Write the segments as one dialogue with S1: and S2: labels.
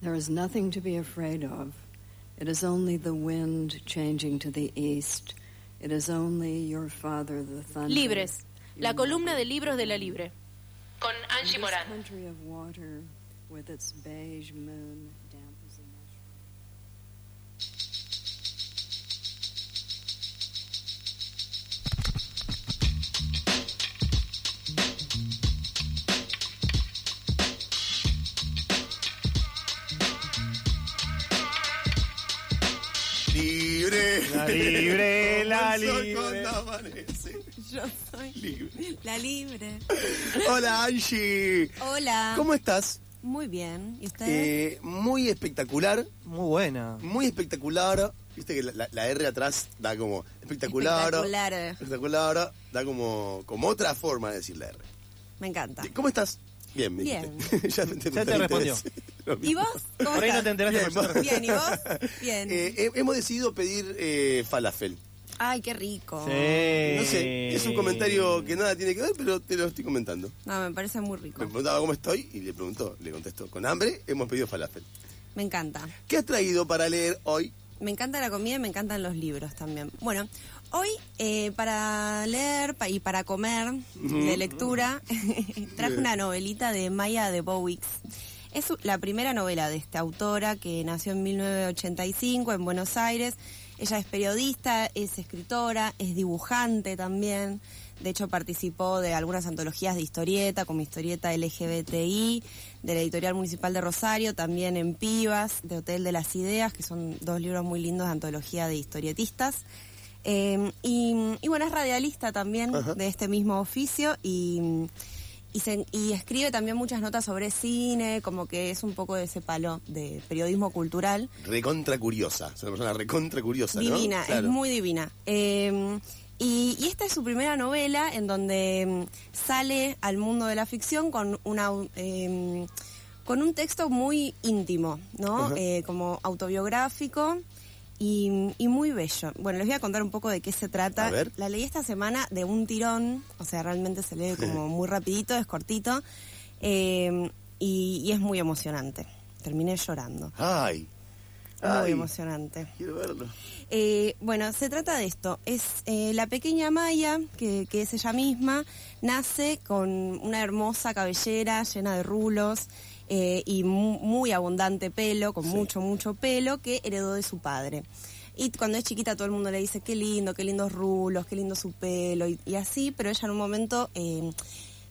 S1: There is nothing to be afraid of. It is only the wind changing to the east. It is only your father, the thunder.
S2: Libres, la columna de libros de la Libre.
S3: Con Angie
S1: This
S3: Morán.
S1: country of water, with its beige moon, damp as a mushroom.
S4: Libre.
S5: La libre, la
S4: El sol
S5: libre.
S4: cuando amanece.
S6: Yo soy
S4: Libre.
S6: la libre.
S4: Hola Angie.
S6: Hola.
S4: ¿Cómo estás?
S6: Muy Ah, bien. ¿Y ustedes?
S4: Eh, muy espectacular.
S5: Muy buena.
S4: Muy espectacular. Viste que la, la- la R atrás da como espectacular.
S6: Espectacular.
S4: Espectacular. Da como, como otra forma de decir la R.
S6: Me encanta.
S4: ¿Cómo estás? Bien, me
S6: Bien.
S4: dijiste. ya me
S5: Ya te respondió.
S6: ¿Y vos? ¿Cómo
S5: Por ahí no
S6: estás?
S5: te enteraste.
S4: Bien,
S5: por
S4: vos.
S5: eso.
S6: Bien, ¿y vos? Bien.
S4: Eh, he- hemos decidido pedir eh, falafel.
S6: Ay, qué rico.
S5: Sí.
S4: No
S5: Eh.
S4: sé, es un comentario que nada tiene que ver, pero te lo estoy comentando.
S6: No, me parece muy
S4: Me
S6: rico.
S4: preguntaba cómo estoy y le preguntó, le contestó, con hambre hemos pedido falafel.
S6: Me encanta.
S4: ¿Qué has traído para leer hoy?
S6: Me encanta la comida y me encantan los libros también. Bueno, hoy eh, para leer pa- y para comer de lectura traje una novelita de Maya de Bowix. Es u- la primera novela de esta autora que nació en 1985 en Buenos Aires. Ella es periodista, es escritora, es dibujante también. De hecho, participó de algunas antologías de historieta, como historieta LGBTI, de la editorial municipal de Rosario, también en Pibas, de Hotel de las Ideas, que son dos libros muy lindos de antología de historietistas. Eh, y, y bueno, es radialista también de este mismo oficio y, y, se- y escribe también muchas notas sobre cine, como que es un poco de ese palo de periodismo cultural.
S4: Recontra curiosa. Es una persona recontra curiosa, ¿no?
S6: Divina,
S4: Claro.
S6: es muy divina. Eh, y, y esta es su primera novela en donde mm, sale al mundo de la ficción con una au- eh, con un texto muy íntimo, ¿no? Eh, como autobiográfico y, y muy bello. Bueno, les voy a contar un poco de qué se trata.
S4: A ver.
S6: La leí esta semana de un tirón, o sea, realmente se lee como muy rapidito, es cortito, eh, y, y es muy emocionante. Terminé llorando.
S4: Ay,
S6: Muy
S4: Ay.
S6: emocionante.
S4: quiero verlo.
S6: Eh, bueno, se trata de esto. Es eh, la pequeña Maya, que, que es ella misma, nace con una hermosa cabellera llena de rulos eh, y mu- muy abundante pelo, con mucho, mucho pelo, que heredó de su padre. Y cuando es chiquita todo el mundo le dice, qué lindo, qué lindos rulos, qué lindo su pelo, y, y así, pero ella en un momento... eh,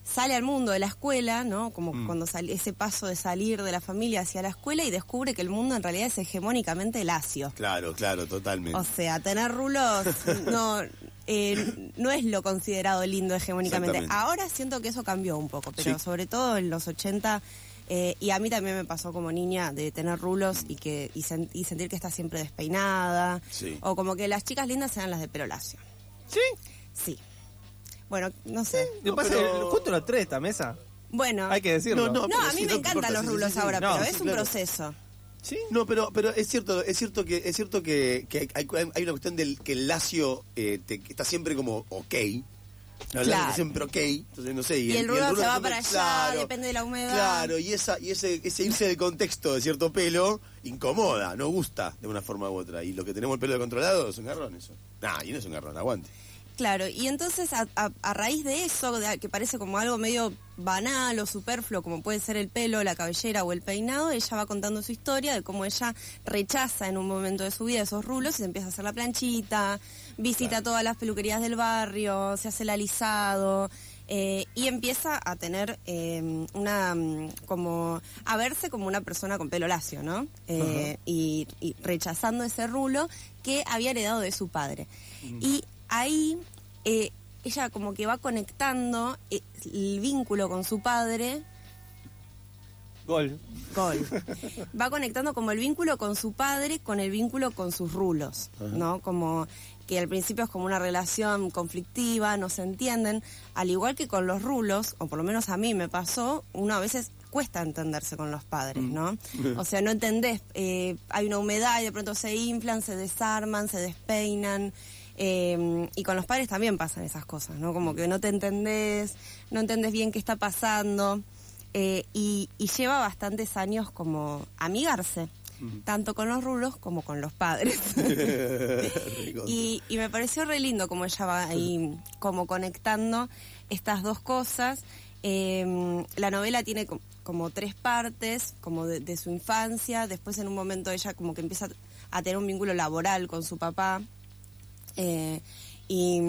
S6: sale al mundo de la escuela, ¿no? Como cuando sale ese paso de salir de la familia hacia la escuela y descubre que el mundo en realidad es hegemónicamente lacio.
S4: Claro, claro, totalmente.
S6: O sea, tener rulos no, eh, no es lo considerado lindo hegemónicamente.
S4: Exactamente.
S6: Ahora siento que eso cambió un poco, pero
S4: Sí.
S6: sobre todo en los 80, eh, y a mí también me pasó como niña de tener rulos y, que, y, sen- y sentir que está siempre despeinada,
S4: Sí.
S6: o como que las chicas lindas eran las de pelo lacio.
S5: ¿Sí?
S6: Sí. Bueno, no sé.
S5: Lo
S4: No,
S5: pasa
S4: pero-
S5: que justo la trae esta mesa.
S6: Bueno.
S5: Hay que decirlo.
S4: No, no.
S6: No,
S4: pero
S6: a mí
S4: sí,
S6: me
S4: no,
S6: encantan
S4: corta,
S6: los
S4: sí, sí,
S6: rulos
S4: sí.
S6: ahora,
S5: No,
S6: pero
S5: sí,
S6: es un
S4: claro.
S6: proceso.
S5: ¿Sí?
S4: No, pero, pero es cierto, es cierto que, es cierto que, que hay, hay una cuestión del que el lacio eh, te- que está siempre como ok. No, el lacio
S6: Claro.
S4: está siempre ok. Entonces, no sé.
S6: Y el rulo se va
S4: siempre-
S6: para allá, depende de la humedad.
S4: Claro, y esa, y ese, ese irse del contexto de cierto pelo incomoda, no gusta de una forma u otra. Y lo que tenemos el pelo controlado es un garrón eso. Nah, y no es un garrón, aguante.
S6: Claro, y entonces a, a- a raíz de eso, de- que parece como algo medio banal o superfluo, como puede ser el pelo, la cabellera o el peinado, ella va contando su historia de cómo ella rechaza en un momento de su vida esos rulos y se empieza a hacer la planchita, visita todas las peluquerías del barrio, se hace el alisado. eh, y empieza a tener eh, una mm, como a verse como una persona con pelo lacio, ¿no? Eh, y, y rechazando ese rulo que había heredado de su padre. Y ahí eh, ella como que va conectando eh, el vínculo con su padre
S5: Gol.
S6: Gol. Va conectando como el vínculo con su padre con el vínculo con sus rulos, ¿no? Como que al principio es como una relación conflictiva, no se entienden, al igual que con los rulos, o por lo menos a mí me pasó, uno a veces cuesta entenderse con los padres, ¿no? O sea, no entendés, eh, hay una humedad y de pronto se inflan, se desarman, se despeinan. eh, y con los padres también pasan esas cosas, ¿no? Como que no te entendés, no entendés bien qué está pasando. eh, y, y lleva bastantes años como amigarse, tanto con los rulos como con los padres.
S4: Rico.
S6: Y, y me pareció re lindo como ella va ahí como conectando estas dos cosas. Eh, la novela tiene co- como tres partes, como de, de su infancia, después en un momento ella como que empieza a tener un vínculo laboral con su papá. Eh, y,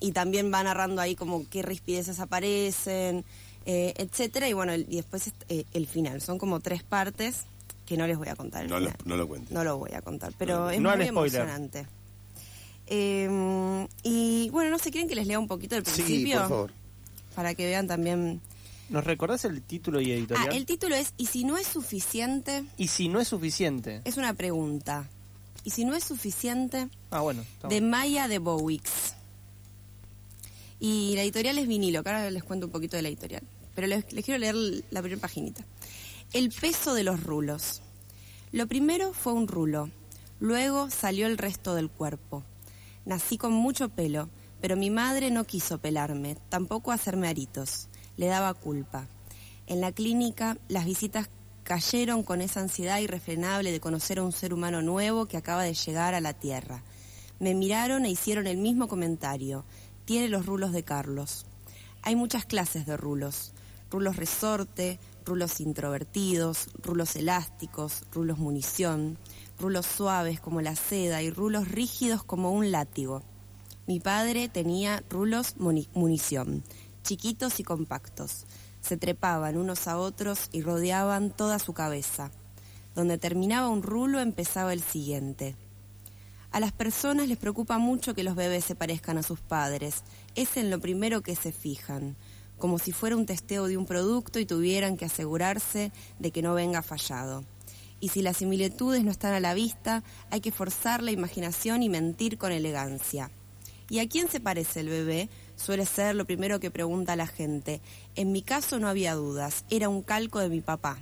S6: y también va narrando ahí como qué rispideces aparecen, eh, etcétera. Y bueno, el- y después est- eh, el final. Son como tres partes que no les voy a contar. este el
S4: No lo,
S6: final.
S4: no lo cuentes.
S6: No lo voy a contar, pero
S4: No,
S6: es
S5: no
S6: muy
S5: al spoiler.
S6: emocionante. Eh, y bueno, no sé, ¿quieren que les lea un poquito el
S4: sí,
S6: principio?
S4: por favor.
S6: Para que vean también.
S5: ¿Nos recordás el título y editorial?
S6: Ah, el título es ¿Y si no es suficiente?
S5: Y si no es suficiente.
S6: Es una pregunta. ¿Y si no es suficiente?
S5: Ah, bueno. está
S6: De
S5: bueno.
S6: Maya de Bowix. Y la editorial es vinilo, que ahora les cuento un poquito de la editorial. Pero les, les quiero leer la primera paginita. El peso de los rulos. Lo primero fue un rulo, luego salió el resto del cuerpo. Nací con mucho pelo, pero mi madre no quiso pelarme, tampoco hacerme aritos. Le daba culpa. En la clínica, las visitas cayeron con esa ansiedad irrefrenable de conocer a un ser humano nuevo que acaba de llegar a la Tierra. Me miraron e hicieron el mismo comentario. Tiene los rulos de Carlos. Hay muchas clases de rulos. Rulos resorte, rulos introvertidos, rulos elásticos, rulos munición, rulos suaves como la seda y rulos rígidos como un látigo. Mi padre tenía rulos muni- munición, chiquitos y compactos. Se trepaban unos a otros y rodeaban toda su cabeza. Donde terminaba un rulo empezaba el siguiente. A las personas les preocupa mucho que los bebés se parezcan a sus padres. Es en lo primero que se fijan, como si fuera un testeo de un producto y tuvieran que asegurarse de que no venga fallado. Y si las similitudes no están a la vista, hay que forzar la imaginación y mentir con elegancia. ¿Y a quién se parece el bebé? Suele ser lo primero que pregunta la gente. En mi caso no había dudas, era un calco de mi papá.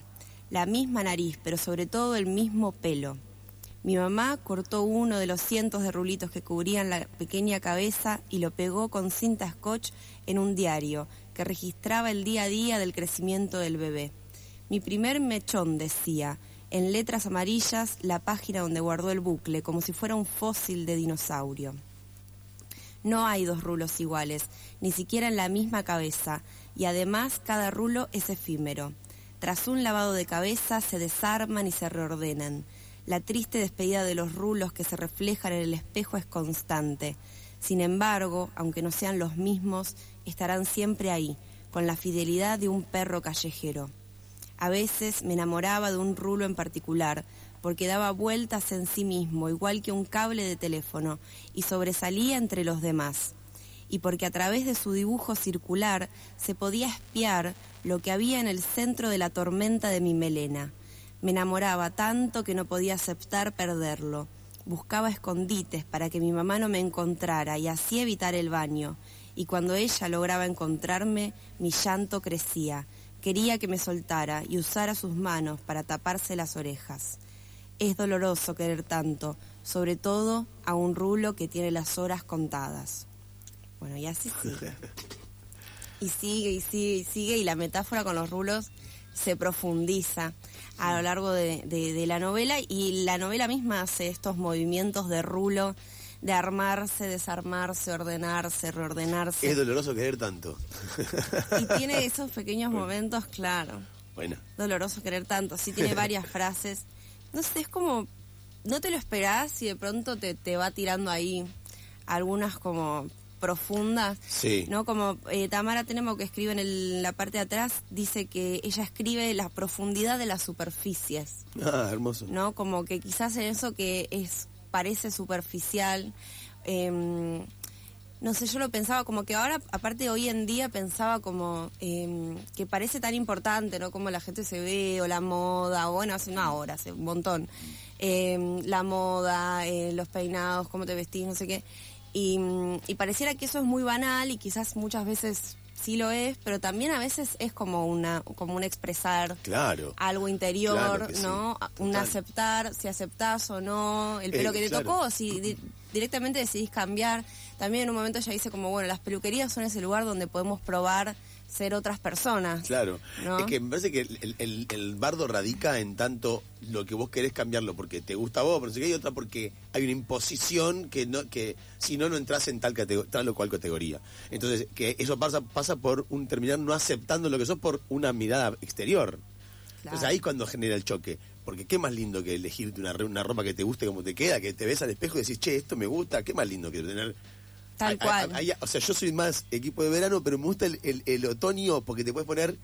S6: La misma nariz, pero sobre todo el mismo pelo. Mi mamá cortó uno de los cientos de rulitos que cubrían la pequeña cabeza y lo pegó con cinta scotch en un diario que registraba el día a día del crecimiento del bebé. Mi primer mechón decía, en letras amarillas, la página donde guardó el bucle, como si fuera un fósil de dinosaurio. No hay dos rulos iguales, ni siquiera en la misma cabeza, y además cada rulo es efímero. Tras un lavado de cabeza se desarman y se reordenan. La triste despedida de los rulos que se reflejan en el espejo es constante. Sin embargo, aunque no sean los mismos, estarán siempre ahí, con la fidelidad de un perro callejero. A veces me enamoraba de un rulo en particular, porque daba vueltas en sí mismo, igual que un cable de teléfono, y sobresalía entre los demás. Y porque a través de su dibujo circular se podía espiar lo que había en el centro de la tormenta de mi melena. Me enamoraba tanto que no podía aceptar perderlo. Buscaba escondites para que mi mamá no me encontrara y así evitar el baño. Y cuando ella lograba encontrarme, mi llanto crecía. Quería que me soltara y usara sus manos para taparse las orejas. Es doloroso querer tanto, sobre todo a un rulo que tiene las horas contadas. Bueno, y así sigue. Y sigue, y sigue, y sigue, y la metáfora con los rulos se profundiza a lo largo de, de- de la novela, y la novela misma hace estos movimientos de rulo, de armarse, desarmarse, ordenarse, reordenarse.
S4: Es doloroso querer tanto.
S6: Y tiene esos pequeños momentos, claro.
S4: Bueno.
S6: Doloroso querer tanto. Sí, tiene varias frases. No sé, es como. No te lo esperás y de pronto te, te va tirando ahí algunas como profundas.
S4: Sí.
S6: ¿No? Como eh, Tamara Tenemo que escribe en el- la parte de atrás, dice que ella escribe la profundidad de las superficies.
S4: Ah, hermoso.
S6: ¿no? Como que quizás en eso que es parece superficial. em, no sé, yo lo pensaba como que ahora, aparte hoy en día, pensaba como em, que parece tan importante, ¿no? Como la gente se ve, o la moda, o bueno, hace una hora, hace un montón. Em, la moda, eh, los peinados, cómo te vestís, no sé qué. Y, mm, y pareciera que eso es muy banal y quizás muchas veces sí lo es, pero también a veces es como, una, como un expresar
S4: Claro.
S6: algo interior,
S4: Claro que sí,
S6: ¿no?
S4: total.
S6: Un aceptar, si aceptás o no, el pelo
S4: Eh,
S6: que te
S4: claro.
S6: tocó, si di- directamente decidís cambiar. También en un momento ella dice como, bueno, las peluquerías son ese lugar donde podemos probar ser otras personas.
S4: Claro.
S6: ¿no?
S4: Es que me parece que el, el- el bardo radica en tanto lo que vos querés cambiarlo porque te gusta a vos, pero no sé qué, y otra porque hay una imposición que no que si no, no entras en tal, catego- tal o cual categoría. Entonces, que eso pasa, pasa por un terminar no aceptando lo que sos por una mirada exterior. Entonces
S6: Claro.
S4: pues ahí es cuando genera el choque. Porque qué más lindo que elegirte una, re- una ropa que te guste como te queda, que te ves al espejo y decís, che, esto me gusta, qué más lindo que tener
S6: Tal
S4: Ay,
S6: cual.
S4: ay, ay, o sea, yo soy más equipo de verano, pero me gusta el, el- el otoño porque te puedes poner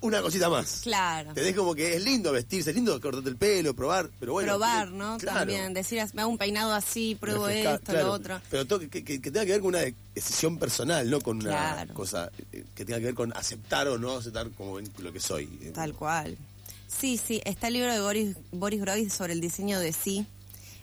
S4: una cosita más.
S6: Claro.
S4: Tenés como que es lindo vestirse, es lindo cortarte el pelo, probar, pero bueno.
S6: Probar,
S4: porque-
S6: ¿no?
S4: eh, claro,
S6: También decir, "Haz- me hago un peinado así, pruebo
S4: refrescar,
S6: esto,
S4: claro.
S6: lo otro.
S4: Pero todo que, que- que tenga que ver con una de- decisión personal, no con una
S6: Claro.
S4: cosa eh, que tenga que ver con aceptar o no aceptar como en- lo que soy.
S6: Tal cual. Sí, sí, está el libro de Boris, Boris Groys sobre el diseño de sí,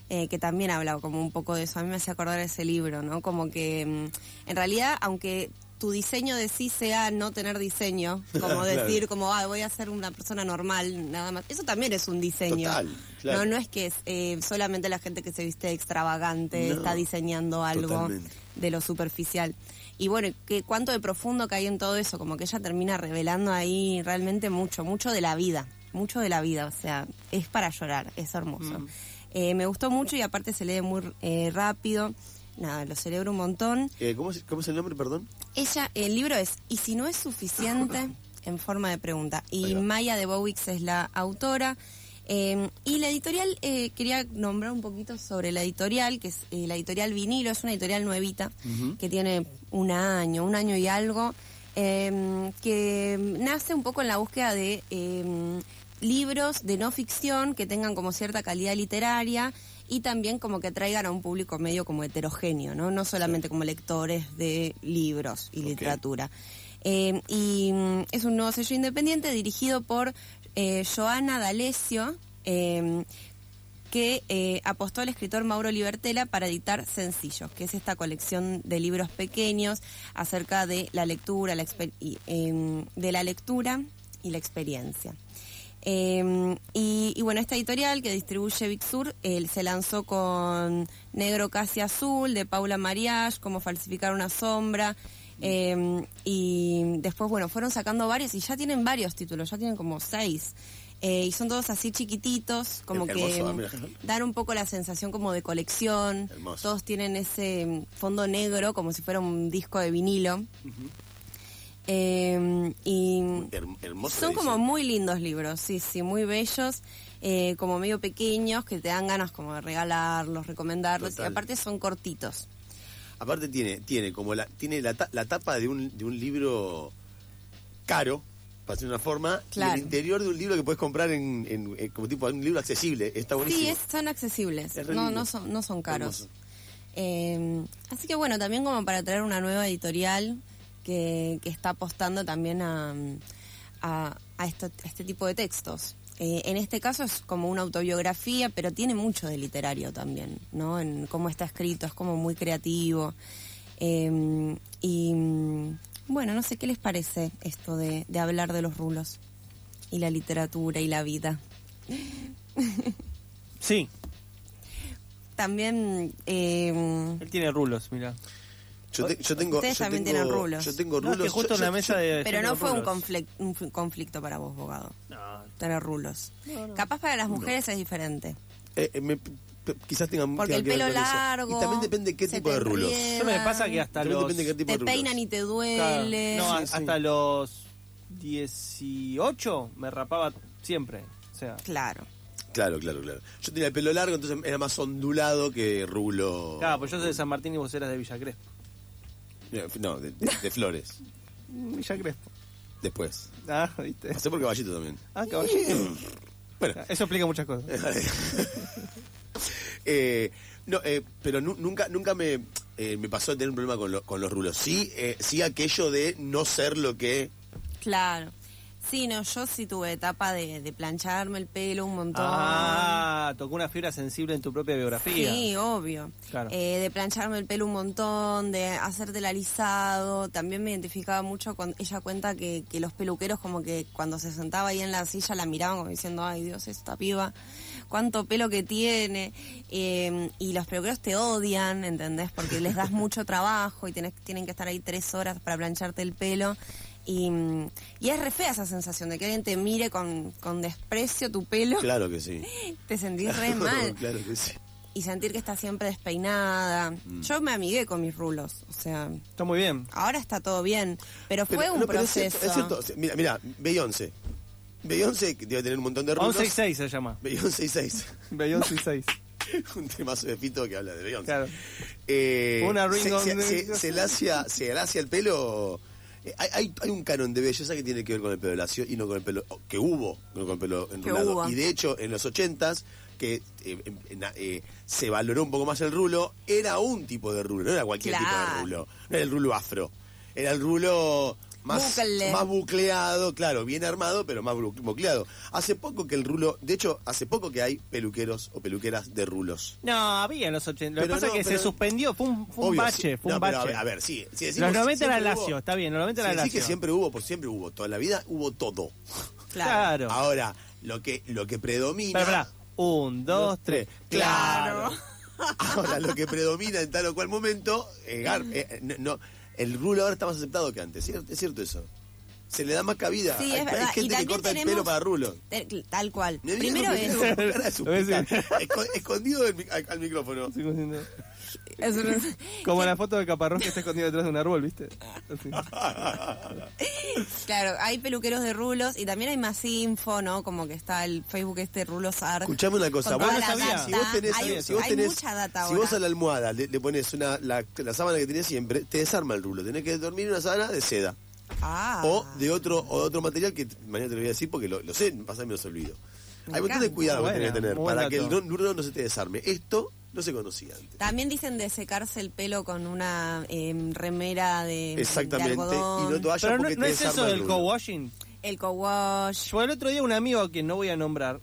S6: eh, que también habla como un poco de eso. A mí me hace acordar ese libro, ¿no? Como que mm, en realidad, aunque tu diseño de sí sea no tener diseño, como
S4: Claro.
S6: decir, como, ah, voy a ser una persona normal, nada más. Eso también es un diseño.
S4: Total, claro.
S6: No, no es que es, eh, solamente la gente que se viste extravagante
S4: No.
S6: está diseñando algo
S4: Totalmente.
S6: de lo superficial. Y bueno, que cuánto de profundo que hay en todo eso, como que ella termina revelando ahí realmente mucho, mucho de la vida, mucho de la vida, o sea, es para llorar, es hermoso. Eh, me gustó mucho y aparte se lee muy eh, rápido, nada, lo celebro un montón.
S4: Eh, ¿cómo, es, cómo es el nombre, perdón?
S6: Ella, el libro es ¿Y si no es suficiente? en forma de pregunta.
S4: Ah, Ahí
S6: Y
S4: va.
S6: Maya de Bowix es la autora. Eh, y la editorial, eh, quería nombrar un poquito sobre la editorial, que es eh, la editorial Vinilo, es una editorial nuevita, que tiene un año, un año y algo, eh, que nace un poco en la búsqueda de eh, libros de no ficción que tengan como cierta calidad literaria y también como que atraigan a un público medio como heterogéneo, ¿no? No solamente como lectores de libros y
S4: Ok.
S6: literatura. Eh, y mm, es un nuevo sello independiente dirigido por eh, Joana D'Alessio, eh, que eh, apostó al escritor Mauro Libertela para editar Sencillos, que es esta colección de libros pequeños acerca de la lectura, la exper- y, em, de la lectura y la experiencia. Eh, y, y bueno, esta editorial que distribuye Big Sur eh, se lanzó con Negro Casi Azul de Paula Mariage, como falsificar una sombra. eh, y después, bueno, fueron sacando varios y ya tienen varios títulos, ya tienen como seis. eh, y son todos así chiquititos, como
S4: Hermoso,
S6: que mm,
S4: ah, mira.
S6: dar un poco la sensación como de colección.
S4: Hermoso.
S6: Todos tienen ese mm, fondo negro como si fuera un disco de vinilo. Eh, y
S4: Herm- hermoso.
S6: son
S4: dice.
S6: como muy lindos libros, sí, sí, muy bellos, eh, como medio pequeños, que te dan ganas como de regalarlos, recomendarlos,
S4: Total.
S6: y aparte son cortitos.
S4: Aparte tiene, tiene como la, tiene la, ta- la tapa de un, de un libro caro, para decir una forma, y
S6: Claro.
S4: el interior de un libro que puedes comprar en, en- en- como tipo un libro accesible. Está buenísimo.
S6: Sí, es- son accesibles,
S4: Es re
S6: no,
S4: lindo.
S6: no, son, no son caros.
S4: Hermoso.
S6: Eh, así que bueno, también como para traer una nueva editorial que, que está apostando también a, a- a esto- a este tipo de textos. Eh, en este caso es como una autobiografía, pero tiene mucho de literario también, ¿no? En cómo está escrito, es como muy creativo. Eh, y mm, bueno, no sé qué les parece esto de, de hablar de los rulos y la literatura y la vida.
S5: Sí,
S6: También eh,
S5: él tiene rulos, mira.
S4: Yo, te- yo tengo,
S6: Ustedes
S4: yo
S6: también
S4: tengo-
S6: tienen rulos.
S4: Yo tengo
S5: No,
S4: rulos.
S5: es que justo
S4: Yo-
S5: en la
S4: yo-
S5: mesa
S4: yo-
S5: de.
S6: Pero
S5: gente
S6: no
S5: con
S6: fue un,
S5: rulos.
S6: conflic- un f- conflicto para vos, abogado,
S5: No,
S6: tener rulos. Capaz para las mujeres es diferente.
S4: eh, eh, me- p- p- quizás tengan
S6: Porque
S4: tenga
S6: el
S4: que ver
S6: pelo
S4: con eso.
S6: largo.
S4: Y también depende qué
S6: se
S4: tipo
S6: te
S4: de rulos.
S6: enrieda,
S5: Eso me pasa que hasta
S4: También
S5: los.
S4: depende qué tipo de
S6: Te
S4: rulos.
S6: peinan y te
S5: Claro.
S6: duele.
S5: No, a-
S4: sí.
S5: hasta los 18 me rapaba siempre. O sea,
S6: Claro.
S4: Claro, claro, claro. Yo tenía el pelo largo, entonces era más ondulado que rulo.
S5: claro, pues yo soy de San Martín y vos eras de Villa Crespo.
S4: Eh, No, de, de- de flores.
S5: Villa Crespo.
S4: Después.
S5: Ah, viste.
S4: Pasé por caballito también.
S5: Ah, caballero.
S4: Bueno,
S5: Eso explica muchas cosas.
S4: Eh, no, eh, pero nu- nunca, nunca me, eh, me pasó de tener un problema con, lo- con los rulos. Sí, eh, sí aquello de no ser lo que...
S6: Claro. Sí, no, yo sí tuve etapa de, de plancharme el pelo un montón.
S5: Ah, tocó una fibra sensible en tu propia biografía.
S6: Sí, obvio.
S5: Claro.
S6: Eh, de plancharme el pelo un montón, de hacerte el alisado. También me identificaba mucho cuando ella cuenta que, que los peluqueros como que cuando se sentaba ahí en la silla la miraban como diciendo, ay Dios, esta piba, cuánto pelo que tiene. Eh, y los peluqueros te odian, ¿entendés? Porque les das mucho trabajo y tenés- tienen que estar ahí tres horas para plancharte el pelo. Y, mm, y es re fea esa sensación de que alguien te mire con, con desprecio tu pelo.
S4: Claro que sí.
S6: Te sentís re mal.
S4: claro que sí.
S6: Y sentir que estás siempre despeinada.
S4: Mm.
S6: Yo me amigué con mis rulos. O sea,
S5: Está muy bien.
S6: ahora está todo bien. Pero fue
S4: Pero-
S6: un
S4: no, pero es
S6: proceso.
S4: cierto, es cierto. Mira, mira, Beyoncé. Beyoncé que debe tener un montón de rulos.
S5: 166 se llama.
S4: Beyoncé 6.
S5: Beyoncé 6.
S4: un temazo de Fito que habla de Beyoncé.
S5: Claro.
S4: Eh,
S5: Una
S4: se,
S5: Ringo-
S4: se, se- se lacia, se lacia el pelo. Eh, Hay, hay, hay un canon de belleza que tiene que ver con el pelo lacio y no con el pelo oh, que hubo, no con el pelo enrulado.
S6: hubo.
S4: Y de hecho, en los ochentas, que eh, em- en- eh, se valoró un poco más el rulo, era un tipo de rulo, no era cualquier tipo de
S6: Claro.
S4: rulo. No era el rulo afro, era el rulo más,
S6: Bucle.
S4: más bucleado, claro, bien armado, pero más bu- bucleado. Hace poco que el rulo, de hecho, hace poco que hay peluqueros o peluqueras de rulos.
S5: No, había en los 80. Lo que
S4: Pero
S5: pasa
S4: no,
S5: es que
S4: pero-
S5: se suspendió, fue un, fue un
S4: Obvio, sí.
S5: bache, fue
S4: No,
S5: un
S4: pero
S5: bache.
S4: a ver, a ver, sí. sí
S5: los 90 era lacio, está bien, los 90
S4: Sí,
S5: era lacio.
S4: que siempre hubo, por siempre hubo. Toda la vida hubo todo.
S6: Claro.
S5: Claro.
S4: Ahora, lo que, lo que predomina.
S5: Pará, pará. Un, dos, tres.
S4: Claro. Ahora, lo que predomina en tal o cual momento, eh, gar- eh, eh, no, no, el rulo ahora está más aceptado que antes. ¿cier- Es cierto eso. Se le da más cabida.
S6: Sí,
S4: hay,
S6: es
S4: hay
S6: verdad. Y
S4: gente que
S6: también
S4: corta el
S6: tenemos-
S4: pelo para rulo.
S6: Te- Tal cual.
S4: Me viene
S6: Primero
S4: con
S6: es.
S4: cara de su
S5: Ves,
S4: puta. Esco- Escondido del mic- al, al micrófono.
S5: Claro.
S6: es un-
S5: Como la foto de Caparrós que está escondido detrás de un árbol, ¿viste?
S4: Ah.
S5: Así.
S6: Claro, hay peluqueros de rulos y también hay más info, ¿no? Como que está el Facebook este Rulos Art.
S4: Escuchame una cosa,
S6: Con
S4: vos
S6: toda
S4: no
S6: la
S4: sabías,
S6: data.
S4: si vos tenés,
S6: hay,
S4: si vos
S6: hay
S4: tenés-
S6: mucha data
S4: si
S6: ahora.
S4: vos a la almohada le, le pones una, la, la sábana que tenés siempre, te desarma el rulo, tenés que dormir en una sábana de seda
S6: Ah.
S4: o de otro o de otro material que mañana te lo voy a decir porque lo, lo sé, pasa me los olvido. Hay un montón de
S6: encanta.
S4: cuidado que
S5: Buena,
S4: tenés que tener
S5: buen
S4: para
S5: dato.
S4: que el ru- rulo no se te desarme. Esto no se conocía antes.
S6: También dicen de secarse el pelo con una eh, remera de,
S4: Exactamente, y
S6: de algodón,
S4: no toalla
S5: Pero no,
S4: porque
S5: no
S4: te
S5: es eso
S4: desarma el
S5: del
S4: rulo.
S5: co-washing.
S6: el co-wash.
S5: Yo el otro día un amigo a quien no voy a nombrar,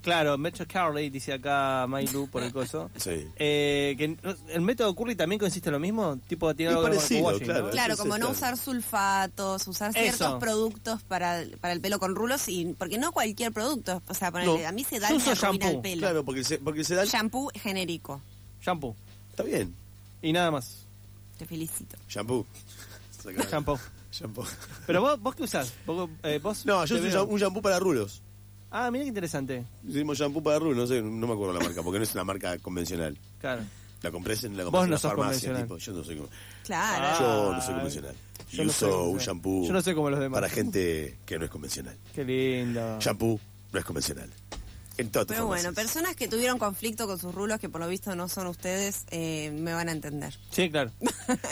S5: claro, Metro Curry, dice acá Mailu por el coso,
S4: Sí.
S5: eh, que no- el método Curry también consiste en lo mismo, tipo tiene
S4: Es
S5: algo que ver con el
S4: parecido,
S5: co-washing,
S4: claro.
S5: ¿no?
S6: Claro,
S4: Eso
S6: como
S4: es
S6: no
S4: tan-
S6: usar sulfatos, usar ciertos
S5: Eso.
S6: productos para, para el pelo con rulos, y porque no cualquier producto. O sea, ponele,
S4: No.
S6: a mí se da
S5: Yo
S6: me
S5: uso
S6: arruina
S5: shampoo,
S6: el pelo.
S4: Claro, porque se porque se da
S6: Shampoo genérico.
S5: Shampoo.
S4: está bien.
S5: Y nada más.
S6: Te felicito.
S4: Shampoo. Sacá.
S5: Shampoo.
S4: Shampoo.
S5: Pero vos, vos qué usás? ¿Vos, eh, vos
S4: No, yo
S5: te
S4: uso un
S5: veo-
S4: shampoo- un shampoo para rulos.
S5: Ah, mira qué interesante.
S4: Hicimos shampoo para rulos, no sé, no me acuerdo la marca, porque no es una marca convencional.
S5: Claro.
S4: La compré en la,
S5: Vos
S4: compré en
S5: no
S4: la
S5: sos
S4: farmacia,
S5: convencional.
S4: tipo, yo no soy como-
S6: Claro.
S5: Ah.
S4: yo no soy convencional. Y
S5: Yo no
S4: uso
S5: soy convencional.
S4: un shampoo
S5: Yo no soy como los demás. Ah.
S4: para gente que no es convencional.
S5: Qué lindo.
S4: Shampoo no es convencional. En todas tus
S6: Pero bueno,
S4: farmacias.
S6: personas que tuvieron conflicto con sus rulos, que por lo visto no son ustedes, eh, me van a entender.
S5: Sí, claro.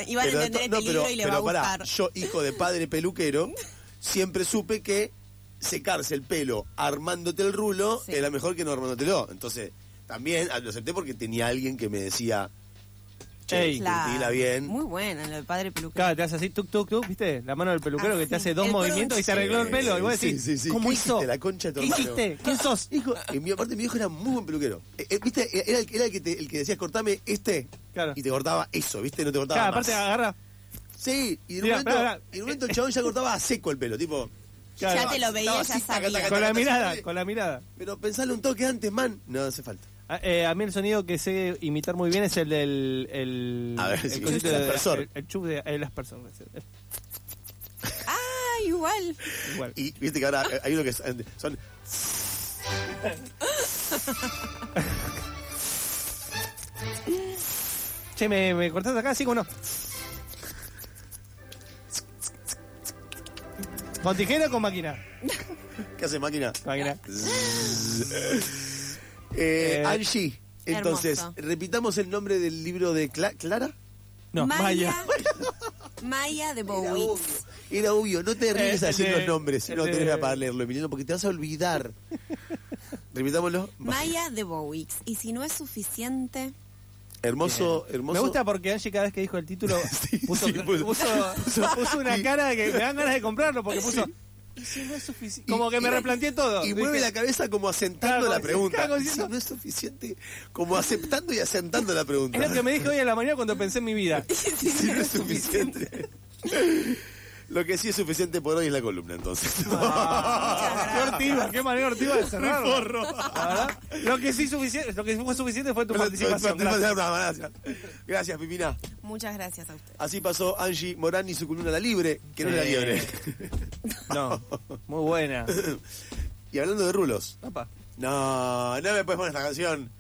S6: y van
S4: Pero
S6: a
S4: de
S6: entender
S4: to-
S6: este
S4: no,
S6: libro
S4: pero-
S6: y le va a
S4: pero pará,
S6: gustar.
S4: yo, hijo de padre peluquero, siempre supe que secarse el pelo armándote el rulo
S6: Sí.
S4: era mejor que no armándotelo. Entonces, también ah, lo acepté porque tenía alguien que me decía, che,
S5: Ey.
S4: curtila bien.
S6: Muy buena, lo de padre peluquero.
S5: Claro, te hace así, tuk, tuk, tuk, ¿viste? La mano del peluquero que te
S6: Así.
S5: hace dos
S6: El
S5: movimientos y se arregló el pelo. Y vos
S4: Sí,
S5: decís,
S4: sí, sí.
S5: ¿cómo
S4: ¿Qué
S5: hizo?
S4: hiciste, la concha de tu
S5: ¿Qué
S4: hermano?
S5: hijiste? ¿Quién sos?
S4: Hijo, y mi, aparte mi hijo era muy buen peluquero. Eh, eh, ¿Viste? Era, el- era el, que te- el que decías cortame este
S5: Claro.
S4: y te cortaba eso, ¿viste? No te cortaba
S5: Claro,
S4: más.
S5: aparte agarra.
S4: Sí, y en un
S5: Mira,
S4: momento,
S5: pará, pará.
S4: y en un momento el chabón ya cortaba a seco el pelo, tipo...
S5: Claro.
S6: Ya te lo veía,
S4: estaba
S6: ya
S4: así, taca,
S6: sabía.
S4: taca,
S5: Con la
S4: taca,
S5: mirada,
S4: taca,
S5: con la mirada.
S4: Pero pensalo un toque antes, man. No hace falta.
S5: A, eh, a mí el sonido que sé imitar muy bien es el del. El,
S4: A ver,
S5: el
S4: sí,
S5: cosito
S4: el
S5: de-
S4: aspersor.
S5: El, el chup de el aspersor, es-
S6: Ah, igual.
S5: es Igual.
S4: Y viste que ahora eh, hay uno que es- son...
S5: Che, ¿me, me cortás acá? Sí, como no. ¿Con tijera o con máquina?
S4: ¿Qué hace máquina?
S5: Máquina.
S4: Eh,
S5: Eh,
S4: Angie. Entonces,
S6: hermoso.
S4: repitamos el nombre del libro de Cla- Clara.
S5: No, Maya.
S6: Maya. Maya de
S4: Era
S6: Bowie.
S4: obvio. Era obvio, no te ríes
S5: Eh,
S4: así
S5: de-
S4: los nombres, si no
S5: de-
S4: tenés ganas para leerlo, Emiliano, porque te vas a olvidar. Repitámoslo.
S6: Maya de Bowie. Y si no es suficiente,
S4: Hermoso, hermoso.
S5: Me gusta porque Angie cada vez que dijo el título
S4: Sí,
S5: puso,
S4: sí, puso-
S5: puso- puso una
S4: y-
S5: cara que me dan ganas de comprarlo porque puso... "Y si no es sufici-".
S4: Y-
S5: Como que me
S4: y-
S5: replanteé todo.
S4: Y mueve la
S5: Dije,
S4: cabeza como asentando
S5: Claro,
S4: la pregunta.
S5: claro,
S4: Si
S5: diciendo-
S4: no es suficiente, como aceptando y asentando la pregunta.
S5: Es lo que me dije hoy en la mañana cuando pensé en mi vida.
S4: Si no es suficiente. Lo que sí es suficiente por hoy es la columna, entonces.
S5: Qué ortiva, qué manera ortiva de cerrar. La verdad, Lo que sí suficiente, lo que fue suficiente fue tu
S4: pues,
S5: participación. Gracias.
S4: Gracias. Gracias, Pipina.
S6: Muchas gracias a usted.
S4: Así pasó Angie Morán y su columna La Libre, que no era
S5: Sí.
S4: libre.
S5: No, muy buena.
S4: y hablando de rulos.
S5: Papá.
S4: No, no me puedes poner esta canción.